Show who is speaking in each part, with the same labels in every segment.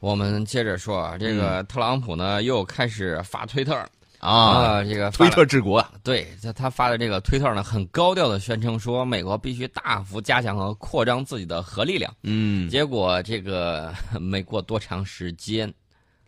Speaker 1: 我们接着说啊，这个特朗普呢又开始发推特儿
Speaker 2: 嗯啊，
Speaker 1: 这个发
Speaker 2: 推特治国，啊
Speaker 1: 对他他发的这个推特呢，很高调的宣称说美国必须大幅加强和扩张自己的核力量。
Speaker 2: 嗯，
Speaker 1: 结果这个 没过多长时间，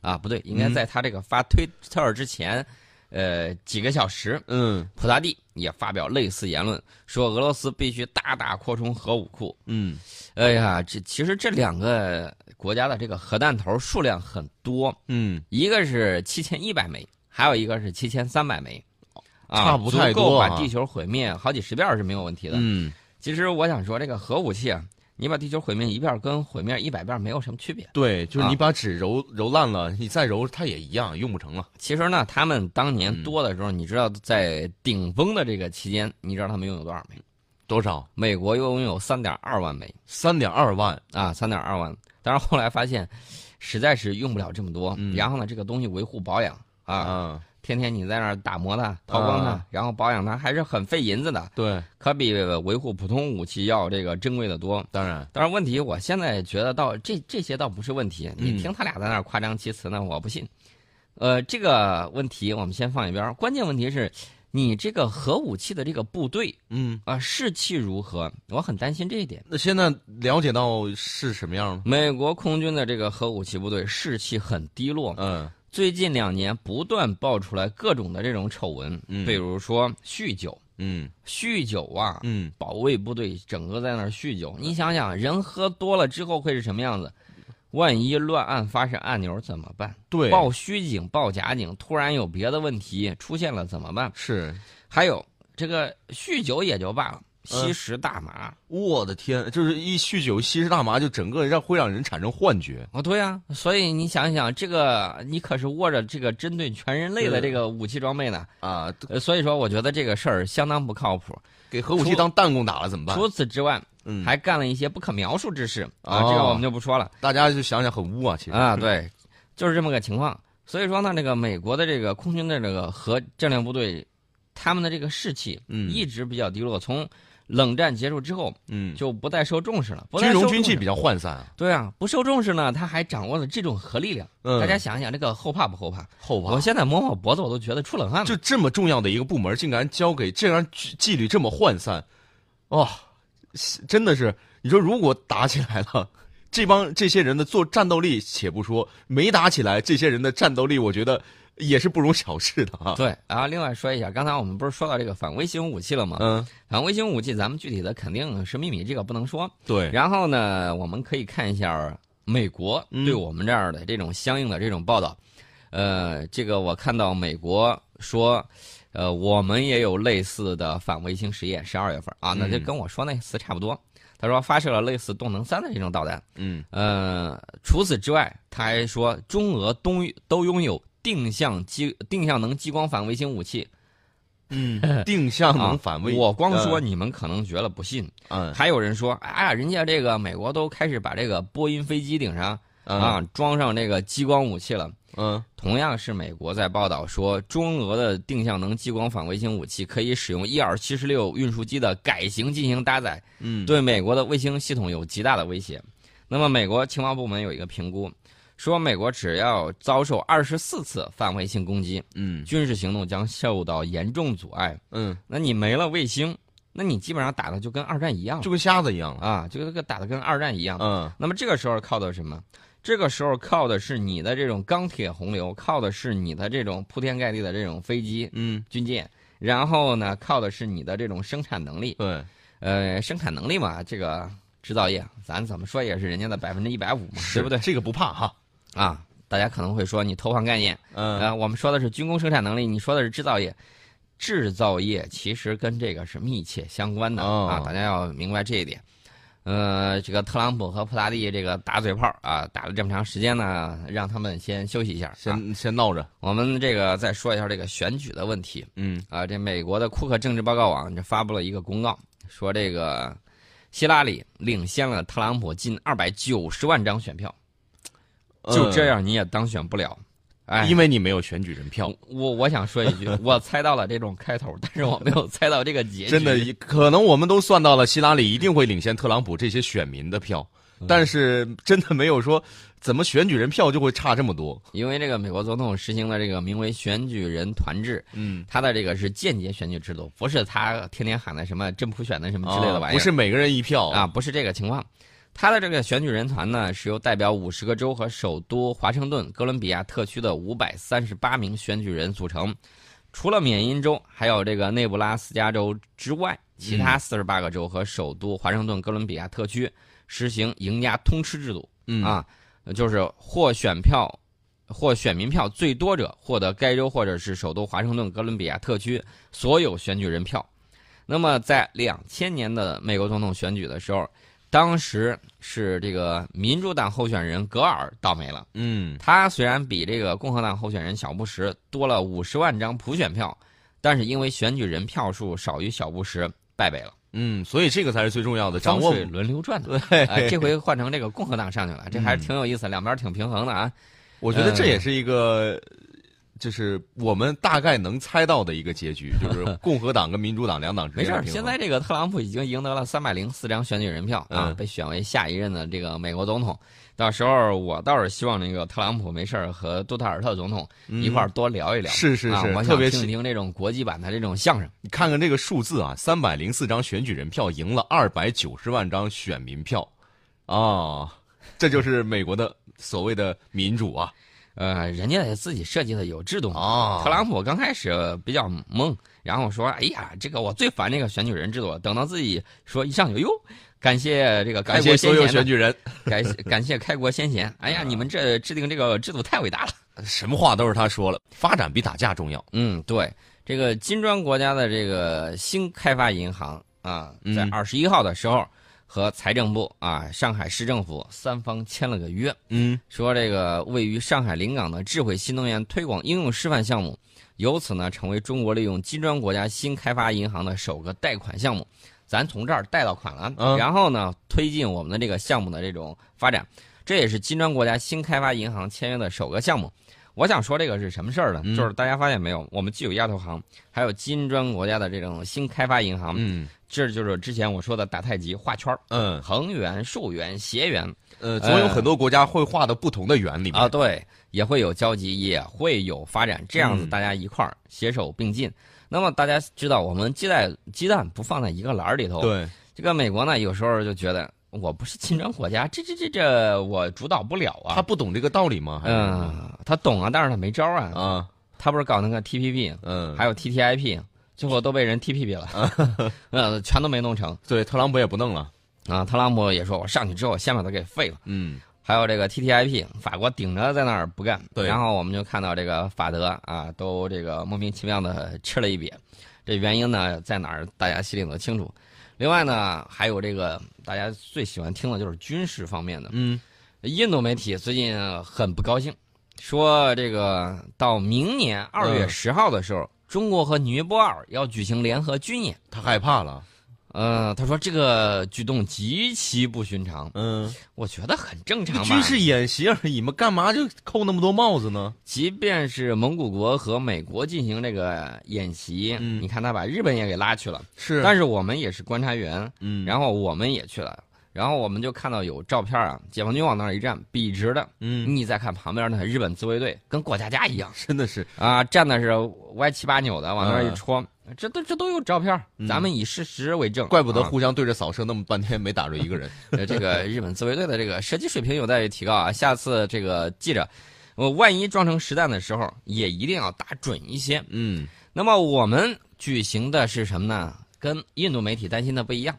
Speaker 1: 啊，不对，应
Speaker 2: 嗯
Speaker 1: 该在他这个发推特儿之前，呃，几个小时，
Speaker 2: 嗯
Speaker 1: 普萨蒂也发表类似言论，说俄罗斯必须大大扩充核武库。
Speaker 2: 嗯
Speaker 1: 哎呀，这其实这两个国家的这个核弹头数量很多，
Speaker 2: 嗯，
Speaker 1: 一个是七千一百枚，还有一个是七千三百枚，啊，
Speaker 2: 差不太多
Speaker 1: 足够
Speaker 2: 啊
Speaker 1: 把地球毁灭好几十遍儿是没有问题的。
Speaker 2: 嗯，
Speaker 1: 其实我想说，这个核武器啊，你把地球毁灭一遍儿跟毁灭一百遍儿没有什么区别。
Speaker 2: 对，就是你
Speaker 1: 啊
Speaker 2: 把纸揉揉烂了，你再揉它也一样，用不成了。
Speaker 1: 其实呢，他们当年
Speaker 2: 嗯
Speaker 1: 多的时候，你知道在顶峰的这个期间，你知道他们拥有多少枚？
Speaker 2: 多少？
Speaker 1: 美国拥有三点二万枚
Speaker 2: 三点二万，
Speaker 1: 啊，三点二万。但是后来发现，实在是用不了这么多。
Speaker 2: 嗯
Speaker 1: 然后呢，这个东西维护保养啊，
Speaker 2: 啊，
Speaker 1: 天天你在那儿打磨它、抛光它，
Speaker 2: 啊
Speaker 1: 然后保养它，还是很费银子的，
Speaker 2: 对，
Speaker 1: 可比维护普通武器要这个珍贵的多。
Speaker 2: 当然，
Speaker 1: 但是问题，我现在觉得到这这些倒不是问题。
Speaker 2: 嗯
Speaker 1: 你听他俩在那儿夸张其词呢，我不信。呃，这个问题我们先放一边儿。关键问题是，你这个核武器的这个部队
Speaker 2: 嗯，
Speaker 1: 啊、士气如何？我很担心这一点。
Speaker 2: 那现在了解到是什么样了？
Speaker 1: 美国空军的这个核武器部队士气很低落，
Speaker 2: 嗯
Speaker 1: 最近两年不断爆出来各种的这种丑闻，
Speaker 2: 嗯
Speaker 1: 比如说酗酒，
Speaker 2: 嗯
Speaker 1: 酗酒啊，
Speaker 2: 嗯，
Speaker 1: 保卫部队整个在那儿酗酒。你想想，人喝多了之后会是什么样子？万一乱按发射按钮怎么办？
Speaker 2: 对，
Speaker 1: 报虚警、报假警，突然有别的问题出现了怎么办？
Speaker 2: 是，
Speaker 1: 还有这个酗酒也就罢了，吸
Speaker 2: 嗯
Speaker 1: 食大麻、
Speaker 2: 我的天，就是一酗酒、吸食大麻，就整个让会让人产生幻觉。
Speaker 1: 哦，对啊，所以你想想，这个你可是握着这个针对全人类的
Speaker 2: 是
Speaker 1: 这个武器装备呢。
Speaker 2: 啊，
Speaker 1: 呃所以说，我觉得这个事儿相当不靠谱。
Speaker 2: 给核武器当弹弓打了怎么办？
Speaker 1: 除此之外，
Speaker 2: 嗯，
Speaker 1: 还干了一些不可描述之事啊，
Speaker 2: 哦
Speaker 1: 这个我们就不说了。
Speaker 2: 大家就想想很污啊，其实
Speaker 1: 啊，对，就是这么个情况。所以说呢，这个美国的这个空军的这个核战略部队，他们的这个士气
Speaker 2: 嗯
Speaker 1: 一直比较低落，从冷战结束之后
Speaker 2: 嗯，
Speaker 1: 就不再受重视了。不再
Speaker 2: 军
Speaker 1: 受
Speaker 2: 容
Speaker 1: 重
Speaker 2: 军
Speaker 1: 视
Speaker 2: 纪比较涣散啊，
Speaker 1: 对啊，不受重视呢，他还掌握了这种核力量。
Speaker 2: 嗯
Speaker 1: 大家想一想，这个后怕不后怕？
Speaker 2: 后
Speaker 1: 我
Speaker 2: 怕。
Speaker 1: 现在摸摸脖子，我都觉得出冷汗了。
Speaker 2: 就这么重要的一个部门，竟然交给竟然纪律这么涣散，哦，真的是，你说如果打起来了，这帮这些人的做战斗力且不说，没打起来，这些人的战斗力，我觉得也是不容小视的啊。
Speaker 1: 对，然后另外说一下，刚才我们不是说到这个反卫星武器了吗？
Speaker 2: 嗯，
Speaker 1: 反卫星武器，咱们具体的肯定是秘密，这个不能说。
Speaker 2: 对，
Speaker 1: 然后呢，我们可以看一下美国
Speaker 2: 嗯
Speaker 1: 对我们这儿的这种相应的这种报道。呃，这个我看到美国说，呃，我们也有类似的反卫星实验，十二月份啊，那就
Speaker 2: 嗯
Speaker 1: 跟我说那次差不多。他说发射了类似动能三的这种导弹。
Speaker 2: 嗯，
Speaker 1: 呃，除此之外，他还说中俄东都拥有定向激定向能激光反卫星武器。
Speaker 2: 嗯，定向能反卫，
Speaker 1: 啊我光说你们可能觉得不信，
Speaker 2: 嗯，
Speaker 1: 还有人说，哎呀，人家这个美国都开始把这个波音飞机顶上
Speaker 2: 嗯
Speaker 1: 啊装上这个激光武器了。
Speaker 2: 嗯
Speaker 1: 同样是美国在报道说，中俄的定向能激光反卫星武器可以使用伊尔七十六运输机的改型进行搭载，
Speaker 2: 嗯，
Speaker 1: 对美国的卫星系统有极大的威胁。那么，美国情报部门有一个评估，说美国只要遭受二十四次反卫星攻击，
Speaker 2: 嗯
Speaker 1: 军事行动将受到严重阻碍。
Speaker 2: 嗯，
Speaker 1: 那你没了卫星，那你基本上打的就跟二战一样了
Speaker 2: 就。跟瞎子一样了。
Speaker 1: 啊，就跟打的跟二战一样。
Speaker 2: 嗯
Speaker 1: 那么这个时候靠的是什么？这个时候靠的是你的这种钢铁洪流，靠的是你的这种铺天盖地的这种飞机、
Speaker 2: 嗯，
Speaker 1: 军舰，然后呢，靠的是你的这种生产能力。
Speaker 2: 对，
Speaker 1: 呃，生产能力嘛，这个制造业，咱怎么说也是人家的百分之一百五嘛，对
Speaker 2: 是
Speaker 1: 不对？
Speaker 2: 这个不怕哈。
Speaker 1: 啊，大家可能会说你偷换概念，
Speaker 2: 嗯
Speaker 1: 呃，我们说的是军工生产能力，你说的是制造业。制造业其实跟这个是密切相关的、
Speaker 2: 哦
Speaker 1: 啊，大家要明白这一点。呃，这个特朗普和普萨蒂这个打嘴炮啊，打了这么长时间呢，让他们先休息一下。啊、
Speaker 2: 先先闹着。
Speaker 1: 我们这个再说一下这个选举的问题
Speaker 2: 嗯
Speaker 1: 啊。这美国的库克政治报告网这发布了一个公告，说这个希拉里领先了特朗普近二百九十万张选票，嗯
Speaker 2: 嗯
Speaker 1: 就这，样你也当选不了。哎，
Speaker 2: 因为你没有选举人票
Speaker 1: 我。我我想说一 句，我猜到了这种开头，但是我没有猜到这个结局。
Speaker 2: 真的，可能我们都算到了希拉里一定会领先特朗普这些选民的票，
Speaker 1: 嗯
Speaker 2: 但是真的没有说怎么选举人票就会差这么多。
Speaker 1: 因为这个美国总统实行了这个名为选举人团制，
Speaker 2: 嗯，
Speaker 1: 他的这个是间接选举制度，不是他天天喊的什么真普选的什嗯么之类的玩意儿，
Speaker 2: 嗯哦不是每个人一票
Speaker 1: 啊，，不是这个情况。他的这个选举人团呢，是由代表五十个州和首都华盛顿哥伦比亚特区的五百三十八名选举人组成。除了缅因州，还有这个内布拉斯加州之外，其他四十八个州和首都华盛顿哥伦比亚特区实行赢家通吃制度。
Speaker 2: 嗯，
Speaker 1: 啊，就是获选票或选民票最多者获得该州或者是首都华盛顿哥伦比亚特区所有选举人票。那么在两千年的美国总统选举的时候，当时是这个民主党候选人格尔倒霉了。
Speaker 2: 嗯，
Speaker 1: 他虽然比这个共和党候选人小布什多了五十万张普选票，但是因为选举人票数少于小布什，败北了。
Speaker 2: 嗯，所以这个才是最重要的，掌
Speaker 1: 风
Speaker 2: 握
Speaker 1: 水轮流转的，哎，这回换成这个共和党上去了，这还是挺有意思，两边挺平衡的啊。
Speaker 2: 我觉得这
Speaker 1: 嗯
Speaker 2: 也是一个，就是我们大概能猜到的一个结局， 就是共和党跟民主党两党之
Speaker 1: 没事
Speaker 2: 间的
Speaker 1: 儿，
Speaker 2: 平衡
Speaker 1: 现在这个特朗普已经赢得了三百零四张选举人票啊，
Speaker 2: 嗯
Speaker 1: 被选为下一任的这个美国总统。到时候我倒是希望那个特朗普没事儿和杜特尔特总统一块儿多聊一聊。
Speaker 2: 嗯是是
Speaker 1: 啊
Speaker 2: 是，
Speaker 1: 我
Speaker 2: 特
Speaker 1: 想
Speaker 2: 别
Speaker 1: 听
Speaker 2: 是
Speaker 1: 听这种国际版的这种相声。
Speaker 2: 你看看这个数字啊，三百零四张选举人票赢了二百九十万张选民票，啊、这就是美国的所谓的民主啊
Speaker 1: 呃，人家也自己设计的有制度嘛。
Speaker 2: 啊！
Speaker 1: 特朗普刚开始比较懵，然后说：“哎呀，这个我最烦这个选举人制度了。”等到自己说一上去，哟，感谢这个
Speaker 2: 感
Speaker 1: 开
Speaker 2: 谢
Speaker 1: 国
Speaker 2: 所
Speaker 1: 先
Speaker 2: 有
Speaker 1: 贤
Speaker 2: 选
Speaker 1: 的，
Speaker 2: 举啊人，
Speaker 1: 感谢感谢开国先贤。 哎呀，你们这制定这个制度太伟大了。
Speaker 2: 什么话都是他说了，发展比打架重要。
Speaker 1: 嗯，对，这个金砖国家的这个新开发银行啊，在
Speaker 2: 嗯
Speaker 1: 二十一号的时候和财政部啊、上海市政府三方签了个约，
Speaker 2: 嗯
Speaker 1: 说这个位于上海临港的智慧新能源推广应用示范项目，由此呢成为中国利用金砖国家新开发银行的首个贷款项目。咱从这儿贷到款了，
Speaker 2: 嗯
Speaker 1: 然后呢推进我们的这个项目的这种发展，这也是金砖国家新开发银行签约的首个项目。我想说这个是什么事儿呢？
Speaker 2: 嗯
Speaker 1: 就是大家发现没有，我们既有亚投行，还有金砖国家的这种新开发银行，
Speaker 2: 嗯
Speaker 1: 这就是之前我说的打太极画圈儿，
Speaker 2: 嗯
Speaker 1: 横圆、竖圆、斜圆，
Speaker 2: 呃，总有很多国家会画的不同的圆里面
Speaker 1: 啊，对，也会有交集，也会有发展，这样子
Speaker 2: 嗯
Speaker 1: 大家一块儿携手并进。那么大家知道，我们鸡蛋鸡蛋不放在一个篮儿里头。，
Speaker 2: 对，
Speaker 1: 这个美国呢，有时候就觉得我不是金砖国家， 这这这这我主导不了
Speaker 2: 他
Speaker 1: 啊。
Speaker 2: 不懂这个道理吗？还是
Speaker 1: 嗯，他懂啊，但是他没招儿啊。
Speaker 2: 啊
Speaker 1: 他不是搞那个 TPP，
Speaker 2: 嗯，
Speaker 1: 还有 TTIP，最后都被人 TPP 了，嗯，全都没弄成
Speaker 2: 对，特朗普也不弄了。
Speaker 1: 啊。特朗普也说，我上去之后先把它给废了。
Speaker 2: 嗯
Speaker 1: 还有这个 TTIP，法国顶着在那儿不干，
Speaker 2: 对
Speaker 1: 然后我们就看到这个法德啊，都这个莫名其妙的吃了一瘪，这原因呢在哪儿，大家心里都清楚。另外呢，还有这个大家最喜欢听的就是军事方面的，
Speaker 2: 嗯
Speaker 1: 印度媒体最近很不高兴，说这个到明年二月
Speaker 2: 嗯
Speaker 1: 十号的时候，中国和尼泊尔要举行联合军演。
Speaker 2: 他害怕了。
Speaker 1: 呃，他说这个举动极其不寻常，
Speaker 2: 嗯，
Speaker 1: 我觉得很正常
Speaker 2: 这
Speaker 1: 吧。
Speaker 2: 军事演习而已嘛，干嘛就扣那么多帽子呢？
Speaker 1: 即便是蒙古国和美国进行这个演习，
Speaker 2: 嗯
Speaker 1: 你看他把日本也给拉去了，
Speaker 2: 是
Speaker 1: 但是我们也是观察员，
Speaker 2: 嗯，
Speaker 1: 然后我们也去了，然后我们就看到有照片啊，解放军往那儿一站，笔直的，
Speaker 2: 嗯，
Speaker 1: 你再看旁边那日本自卫队跟过家家一样
Speaker 2: 真的是
Speaker 1: 啊，站的是歪七八扭的，往那儿一戳，这都这都有照片，咱们以事实为证，
Speaker 2: 啊嗯怪不得
Speaker 1: 啊
Speaker 2: 互相对着扫射那么半天没打着一 个人。
Speaker 1: 呃，这个日本自卫队的这个射击水平有待于提高啊。下次这个记着，我万一装成实弹的时候，也一定要打准一些。
Speaker 2: 嗯
Speaker 1: 那么我们举行的是什么呢？跟印度媒体担心的不一样，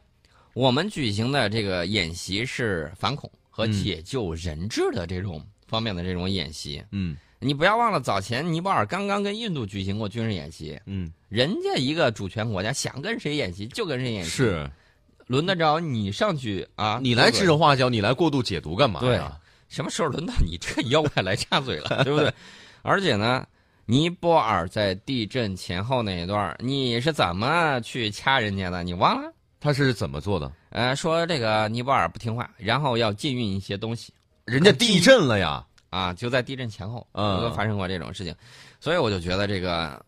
Speaker 1: 我们举行的这个演习是反恐和
Speaker 2: 嗯
Speaker 1: 解救人质的这种方面的这种演习。
Speaker 2: 嗯
Speaker 1: 你不要忘了，早前尼泊尔刚刚跟印度举行过军事演习，
Speaker 2: 嗯，
Speaker 1: 人家一个主权国家想跟谁演习就跟谁演习，
Speaker 2: 是
Speaker 1: 轮得着你上去嗯啊？
Speaker 2: 你来
Speaker 1: 指
Speaker 2: 指手画脚，你来过度解读干嘛呀？
Speaker 1: 什么时候轮到你这个妖怪来插嘴了，对不 对？而且呢，尼泊尔在地震前后那一段儿，你是怎么去掐人家的？你忘了？
Speaker 2: 他是怎么做的？
Speaker 1: 呃，说这个尼泊尔不听话，然后要禁运一些东西
Speaker 2: 人家地震了呀！
Speaker 1: 啊，就在地震前后，
Speaker 2: 嗯
Speaker 1: 都发生过这种事情，所以我就觉得这个。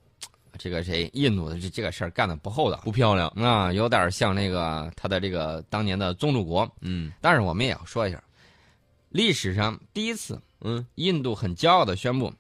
Speaker 1: 这个谁印度的这这个事儿干的不厚道，
Speaker 2: 不漂亮，
Speaker 1: 啊、有点像那个他的这个当年的宗主国。
Speaker 2: 嗯
Speaker 1: 但是我们也要说一下，历史上第一次，
Speaker 2: 嗯，
Speaker 1: 印度很骄傲的宣布，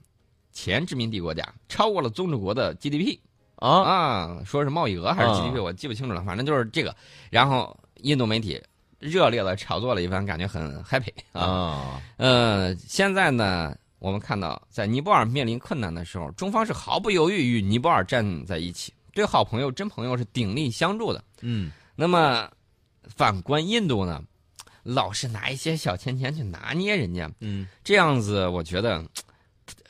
Speaker 1: 前殖民地国家超过了宗主国的 GDP
Speaker 2: 啊，
Speaker 1: 啊，说是贸易额还是
Speaker 2: 啊
Speaker 1: GDP，我记不清楚了，反正就是这个。然后印度媒体热烈的炒作了一番，感觉很 happy 啊。
Speaker 2: 啊，
Speaker 1: 呃，现在呢，我们看到在尼泊尔面临困难的时候，中方是毫不犹豫与尼泊尔站在一起，对好朋友、真朋友是鼎力相助的。
Speaker 2: 嗯
Speaker 1: 那么，反观印度呢，老是拿一些小钱钱去拿捏人家，
Speaker 2: 嗯，
Speaker 1: 这样子，我觉得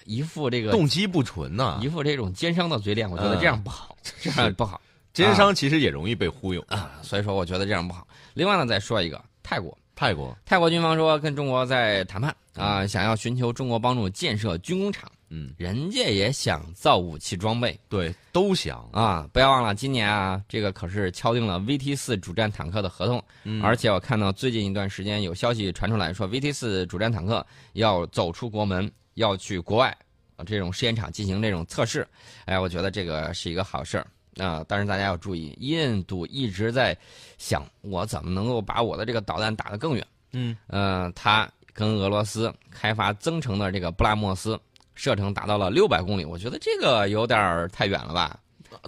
Speaker 1: 一副这个
Speaker 2: 动机不纯呐、
Speaker 1: 一副这种奸商的嘴脸，我觉得
Speaker 2: 嗯
Speaker 1: 这样不好， 这样不好
Speaker 2: 奸商其实也容易被忽悠。
Speaker 1: 啊。所以说，我觉得这样不好。另外呢，再说一个泰国，
Speaker 2: 泰国，
Speaker 1: 泰国军方说跟中国在谈判啊，想要寻求中国帮助建设军工厂，
Speaker 2: 嗯，
Speaker 1: 人家也想造武器装备
Speaker 2: 对，都想，
Speaker 1: 啊。不要忘了，今年啊，这个可是敲定了 VT 四主战坦克的合同。
Speaker 2: 嗯
Speaker 1: 而且我看到最近一段时间有消息传出来说，VT 四主战坦克要走出国门，要去国外啊这种试验场进行这种测试。哎，我觉得这个是一个好事儿啊、但是大家要注意，印度一直在想我怎么能够把我的这个导弹打得更远。
Speaker 2: 嗯
Speaker 1: 嗯，它跟俄罗斯开发增程的这个布拉莫斯射程达到了六百公里，我觉得这个有点儿太远了吧？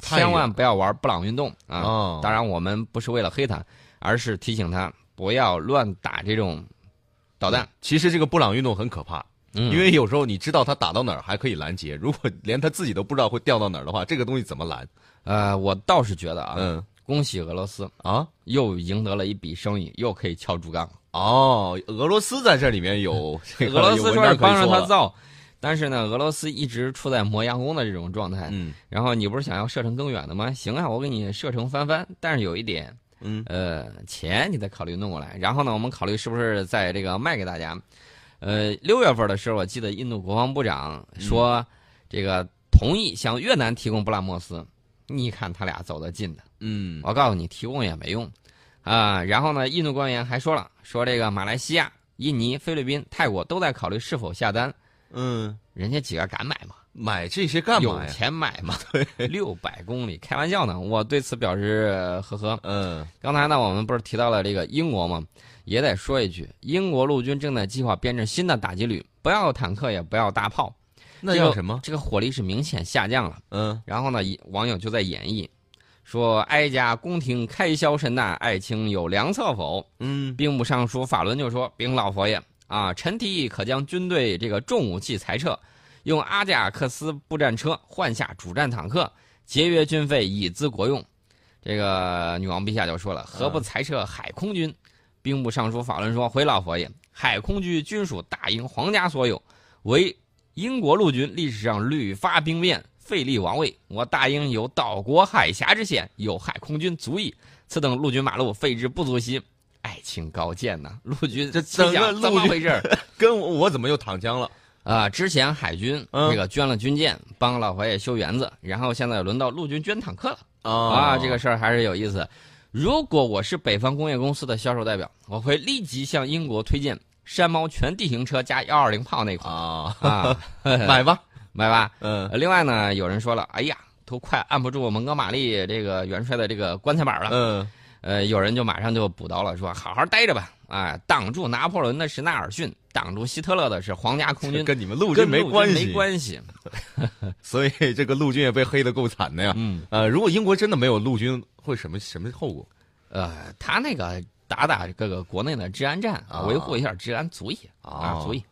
Speaker 2: 太远
Speaker 1: 千万不要玩布朗运动啊！
Speaker 2: 哦
Speaker 1: 当然，我们不是为了黑他，而是提醒他不要乱打这种导弹，
Speaker 2: 其实这个布朗运动很可怕，
Speaker 1: 嗯
Speaker 2: 因为有时候你知道他打到哪儿还可以拦截，如果连他自己都不知道会掉到哪儿的话，这个东西怎么拦？
Speaker 1: 呃，我倒是觉得啊，
Speaker 2: 嗯
Speaker 1: 恭喜俄罗斯
Speaker 2: 啊，
Speaker 1: 又赢得了一笔生意，又可以敲竹杠了。
Speaker 2: 哦，俄罗斯在这里 面有这个
Speaker 1: 俄罗斯
Speaker 2: 有文
Speaker 1: 说
Speaker 2: 章
Speaker 1: 是
Speaker 2: 可以
Speaker 1: 帮着
Speaker 2: 说
Speaker 1: 他
Speaker 2: 了
Speaker 1: 造，但是呢，俄罗斯一直处在磨洋工的这种状态。
Speaker 2: 嗯
Speaker 1: 然后你不是想要射程更远的吗？行啊，我给你射程翻番，但是有一点，
Speaker 2: 嗯
Speaker 1: 呃，钱你得考虑弄过来。然后呢，我们考虑是不是在这个卖给大家。呃，六月份的时候，我记得印度国防部长
Speaker 2: 嗯
Speaker 1: 说，这个同意向越南提供布拉莫斯。你看他俩走得近的，
Speaker 2: 嗯，
Speaker 1: 我告诉你，提供也没用啊、然后呢，印度官员还说了，说这个马来西亚、印尼、菲律宾、泰国都在考虑是否下单，
Speaker 2: 嗯，
Speaker 1: 人家几个敢买吗？
Speaker 2: 买这些干嘛
Speaker 1: 有
Speaker 2: 呀？
Speaker 1: 钱买 嘛？对， 六百公里，开玩笑呢。我对此表示呃呵呵。
Speaker 2: 嗯
Speaker 1: 刚才呢，我们不是提到了这个英国吗？也得说一句，英国陆军正在计划编制新的打击旅，不要坦克，也不要大炮，
Speaker 2: 那
Speaker 1: 这个
Speaker 2: 叫什么？
Speaker 1: 这个火力是明显下降了。
Speaker 2: 嗯，
Speaker 1: 然后呢，一网友就在演绎，说哀家宫廷开销甚大，爱卿有良策否？
Speaker 2: 嗯，
Speaker 1: 兵部尚书法伦就说：“禀老佛爷啊，臣提议可将军队这个重武器裁撤，用阿贾克斯步战车换下主战坦克，节约军费以资国用。”这个女王陛下就说了：“何不裁撤海空军？”兵部尚书法伦说：“回老佛爷，海空军均属大英皇家所有，为英国陆军历史上屡发兵变，废立王位。我大英有岛国海峡之险，有海空军足矣。此等陆军马路废之不足惜。爱卿高见呐、陆军
Speaker 2: 这
Speaker 1: 心
Speaker 2: 整个
Speaker 1: 想
Speaker 2: 陆
Speaker 1: 怎么
Speaker 2: 军
Speaker 1: 回事儿？
Speaker 2: 跟我我怎么又躺枪了？
Speaker 1: 啊、之前海军
Speaker 2: 嗯
Speaker 1: 这个捐了军舰，帮老佛爷修园子，然后现在轮到陆军捐坦克了
Speaker 2: 啊
Speaker 1: 啊！这个事儿还是有意思。如果我是北方工业公司的销售代表，我会立即向英国推荐山猫全地形车加幺二零炮 那款
Speaker 2: 啊，
Speaker 1: 啊，
Speaker 2: 买吧，
Speaker 1: 买吧。
Speaker 2: 嗯
Speaker 1: 呃另外呢，有人说了，哎呀，都快按不住蒙哥马利这个元帅的这个棺材板了。
Speaker 2: 嗯
Speaker 1: 呃，有人就马上就补刀了，说好好待着吧，啊，挡住拿破仑的是纳尔逊，挡住希特勒的是皇家空军，
Speaker 2: 跟你们陆军
Speaker 1: 跟
Speaker 2: 没
Speaker 1: 陆
Speaker 2: 关系，
Speaker 1: 没关系。
Speaker 2: 所以这个陆军也被黑的够惨的呀。
Speaker 1: 嗯，
Speaker 2: 呃，如果英国真的没有陆军，会什么什么后果？
Speaker 1: 呃，他那个打打各个国内的治安战
Speaker 2: 啊，
Speaker 1: 维护一下治安足矣
Speaker 2: 啊
Speaker 1: 啊，足矣。